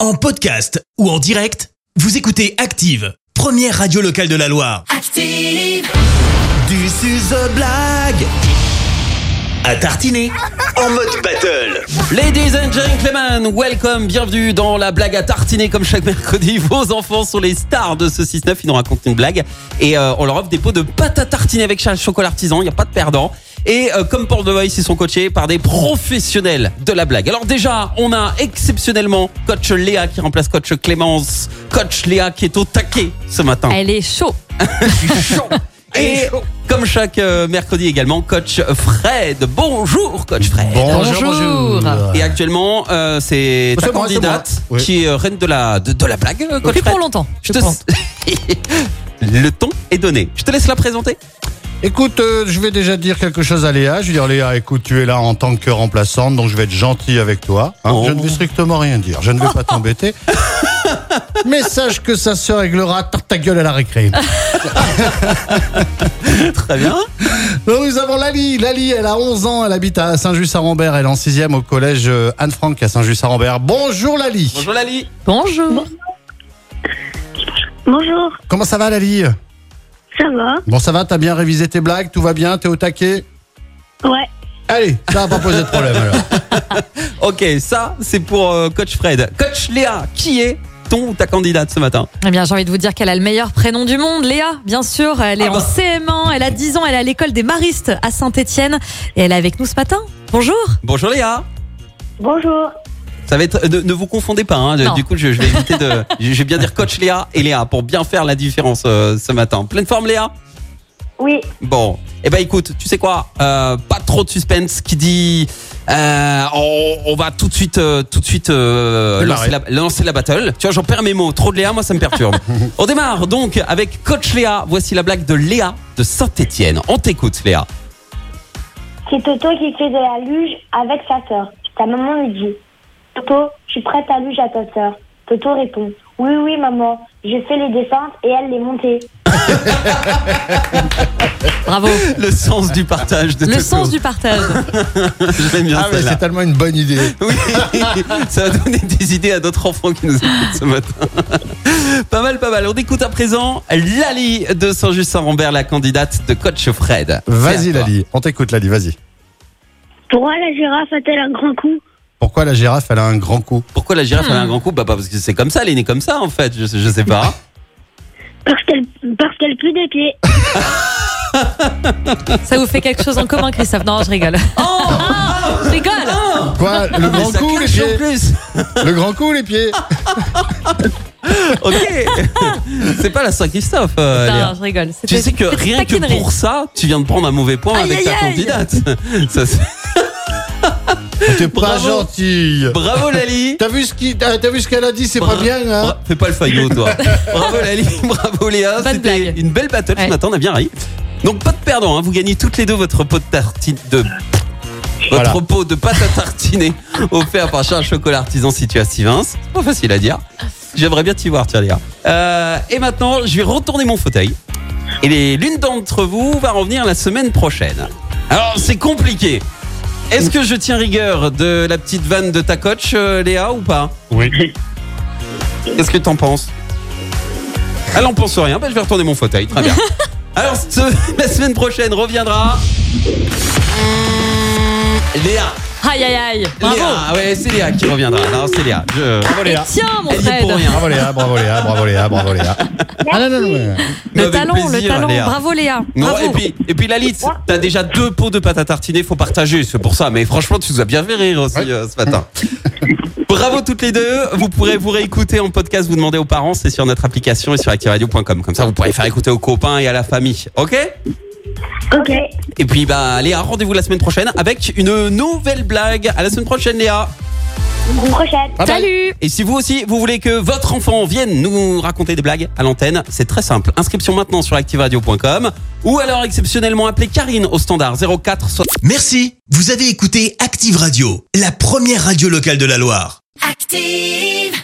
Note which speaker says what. Speaker 1: En podcast ou en direct, vous écoutez Active, première radio locale de la Loire.
Speaker 2: Active.
Speaker 1: Du suzo blague à tartiner en mode battle.
Speaker 3: Ladies and gentlemen, welcome, bienvenue dans la blague à tartiner comme chaque mercredi. Vos enfants sont les stars de ce 6-9, ils nous racontent une blague et euh, on leur offre des pots de pâte à tartiner avec ch- chocolat artisan, il n'y a pas de perdant. Et euh, comme pour The Voice, ils sont coachés par des professionnels de la blague. Alors déjà, on a exceptionnellement coach Léa qui remplace coach Clémence, coach Léa qui est au taquet ce matin.
Speaker 4: Elle est chaud.
Speaker 3: Et comme chaque euh, mercredi également, coach Fred. Bonjour coach Fred.
Speaker 4: Bonjour.
Speaker 3: Et actuellement, euh, c'est ta
Speaker 5: C'est moi,
Speaker 3: candidate
Speaker 5: c'est moi. Oui.
Speaker 3: qui est euh, reine de la, de, de la blague, euh, coach
Speaker 4: Plus
Speaker 3: Fred.
Speaker 4: pour longtemps.
Speaker 3: Je
Speaker 4: Je
Speaker 3: te-
Speaker 4: pense.
Speaker 3: Le ton est donné. Je te laisse la présenter.
Speaker 5: Écoute, euh, je vais déjà dire quelque chose à Léa. Je vais dire Léa, écoute, tu es là en tant que remplaçante, donc je vais être gentil avec toi. hein.
Speaker 3: Oh.
Speaker 5: Je ne vais strictement rien dire. Je ne vais pas t'embêter. Mais sache que ça se réglera. Tarte ta gueule à la récré.
Speaker 3: Très bien.
Speaker 5: Donc, nous avons Lali. Lali, elle a 11 ans. Elle habite à Saint-Just-à-Rambert. Elle est en 6e au collège euh, Anne-Franck à Saint-Just-à-Rambert. Bonjour Lali.
Speaker 3: Bonjour Lali.
Speaker 4: Bonjour.
Speaker 6: Bonjour,
Speaker 5: Comment ça va Lali
Speaker 6: ça va
Speaker 5: Bon, ça va, t'as bien révisé tes blagues, tout va bien, t'es au taquet
Speaker 6: Ouais.
Speaker 5: Allez, ça va pas poser de problème alors.
Speaker 3: Ok, ça c'est pour euh, coach Fred. Coach Léa, qui est ton ou ta candidate ce matin
Speaker 4: Eh bien, j'ai envie de vous dire qu'elle a le meilleur prénom du monde, Léa, bien sûr. Elle est
Speaker 3: Ah bah.
Speaker 4: en CM1, elle a 10 ans, elle est à l'école des maristes à Saint-Étienne et elle est avec nous ce matin. Bonjour.
Speaker 3: Bonjour Léa.
Speaker 6: Bonjour.
Speaker 3: Ça va être, euh, ne, ne vous confondez pas. hein.
Speaker 4: Non.
Speaker 3: Du coup, je, je vais éviter de. Je vais bien dire coach Léa et Léa pour bien faire la différence euh, ce matin. Pleine forme Léa.
Speaker 6: Oui,
Speaker 3: Bon, eh ben écoute, tu sais quoi Euh, Pas trop de suspense. Qui dit euh, on, on va tout de suite, euh, tout de suite euh, lancer,
Speaker 5: Démarrer.
Speaker 3: la, lancer la battle. Tu vois, j'en perds mes mots. Trop de Léa, moi ça me perturbe. on démarre donc avec Coach Léa. Voici la blague de Léa de Saint-Étienne. On t'écoute, Léa.
Speaker 6: c'est Toto qui fait de la luge avec sa sœur. Sa maman lui dit Toto, tu prêtes ta luge à ta sœur Toto répond Oui, oui, maman, je fais les descentes et elle les montées.
Speaker 4: Bravo.
Speaker 3: Le sens du partage de
Speaker 4: Le
Speaker 3: Toto.
Speaker 4: sens du partage.
Speaker 3: Je l'aime bien
Speaker 5: Ah, mais
Speaker 3: celle-là.
Speaker 5: c'est tellement une bonne idée.
Speaker 3: Oui, ça va donner des idées à d'autres enfants qui nous écoutent ce matin. pas mal, pas mal. On écoute à présent Lali de Saint-Just-Saint-Rambert, la candidate de coach Fred. C'est
Speaker 5: Vas-y
Speaker 3: à toi.
Speaker 5: Lali, on t'écoute Lali, vas-y.
Speaker 6: Pourquoi la girafe a-t-elle un grand coup
Speaker 5: Pourquoi la girafe, elle a un grand coup
Speaker 3: Pourquoi la girafe elle a
Speaker 4: Hmm.
Speaker 3: un grand coup Bah, bah, parce que c'est comme ça, elle est née comme ça en fait, je, je sais pas.
Speaker 6: Parce qu'elle parce qu'elle pue des pieds.
Speaker 4: Ça vous fait quelque chose en commun, Christophe Non, je rigole.
Speaker 3: Oh,
Speaker 4: Ah, je rigole.
Speaker 5: Quoi Le
Speaker 3: Ah, Mais
Speaker 5: grand
Speaker 3: ça
Speaker 5: coup, les
Speaker 3: clash en
Speaker 5: pieds
Speaker 3: plus
Speaker 5: Le grand coup, les pieds
Speaker 3: Ah, Ok C'est pas la Saint-Christophe, euh, Léa.
Speaker 4: Non, je rigole.
Speaker 3: Tu
Speaker 4: C'était
Speaker 3: sais que
Speaker 4: une petite
Speaker 3: rien que
Speaker 4: taquinerie.
Speaker 3: pour ça, tu viens de prendre un mauvais point
Speaker 4: Aïe,
Speaker 3: avec ta
Speaker 4: aïe, aïe.
Speaker 3: candidate. Ça, c'est-
Speaker 5: T'es pas
Speaker 3: Bravo.
Speaker 5: gentille
Speaker 3: Bravo Lali
Speaker 5: T'as vu ce qui- ah, t'as vu ce qu'elle a dit, c'est pas
Speaker 3: Bravo.
Speaker 5: bien hein
Speaker 3: Bra- Fais pas le faillot, toi. bravo Lali, bravo Léa.
Speaker 4: Bonne
Speaker 3: C'était
Speaker 4: blague.
Speaker 3: une belle battle ce
Speaker 4: Ouais.
Speaker 3: matin, on a bien ri. Donc pas de perdant, hein. vous gagnez toutes les deux votre pot de tartine de votre
Speaker 5: Voilà.
Speaker 3: pot de pâte à tartiner offert par Charles Chocolat Artisan situé à Sivins. C'est pas facile à dire. J'aimerais bien t'y voir, tiens Léa. Euh, et maintenant, je vais retourner mon fauteuil. Et les- l'une d'entre vous va revenir la semaine prochaine. Alors c'est compliqué. Est-ce que je tiens rigueur de la petite vanne de ta coach, euh, Léa, ou pas Qu'est-ce que t'en penses Elle en pense rien, Ben, je vais retourner mon fauteuil, très bien. Alors, ce- la semaine prochaine reviendra. Léa.
Speaker 4: Aïe, aïe, aïe. Bravo.
Speaker 3: Léa, Ah ouais, c'est Léa qui reviendra. Non, c'est Léa. Je...
Speaker 5: Bravo Léa
Speaker 4: Tiens, mon
Speaker 3: Elle y est
Speaker 4: Fred.
Speaker 3: pour rien.
Speaker 5: Bravo Léa, bravo Léa, bravo Léa, bravo Léa. Ah non, non, non,
Speaker 3: Mais
Speaker 5: ouais.
Speaker 4: Le
Speaker 3: avec
Speaker 4: talent, le
Speaker 3: plaisir,
Speaker 4: talent.
Speaker 3: Léa.
Speaker 4: Bravo, Léa.
Speaker 3: Non,
Speaker 4: Bravo.
Speaker 3: et puis, et puis Lalit, t'as déjà deux pots de pâte à tartiner, faut partager, c'est pour ça. Mais franchement, tu nous as bien fait rire aussi euh, ce matin. Bravo toutes les deux. Vous pourrez vous réécouter en podcast, vous demandez aux parents, c'est sur notre application et sur activeradio.com. Comme ça, vous pourrez faire écouter aux copains et à la famille. Ok
Speaker 6: Ok.
Speaker 3: Et puis, bah, Léa, rendez-vous la semaine prochaine avec une nouvelle blague. À la semaine prochaine, Léa.
Speaker 6: Une prochaine.
Speaker 5: Bye bye.
Speaker 4: Salut.
Speaker 3: Et si vous aussi, vous voulez que votre enfant vienne nous raconter des blagues à l'antenne, c'est très simple. Inscription maintenant sur activeradio.com ou alors exceptionnellement appelez Karine au standard 04 so-
Speaker 1: Merci, vous avez écouté Active Radio, la première radio locale de la Loire.
Speaker 2: Active.